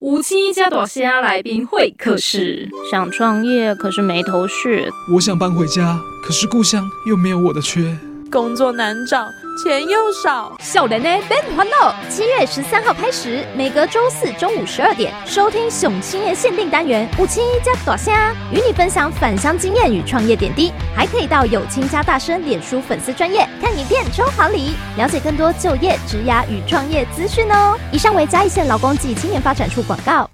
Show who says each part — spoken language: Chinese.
Speaker 1: 无期加朵虾来宾会客室，
Speaker 2: 想创业可是没头绪，
Speaker 3: 我想搬回家，可是故乡又没有我的缺。
Speaker 4: 工作难找，钱又少，
Speaker 5: 笑人呢变欢乐。七月十三号开始，每隔周四中午十二点收听熊青年限定单元“五青一家朵虾”，与你分享返乡经验与创业点滴，还可以到有青家大生脸书粉丝专业看影片抽好礼，了解更多就业、职涯与创业资讯哦。以上为嘉义县劳工及青年发展处广告。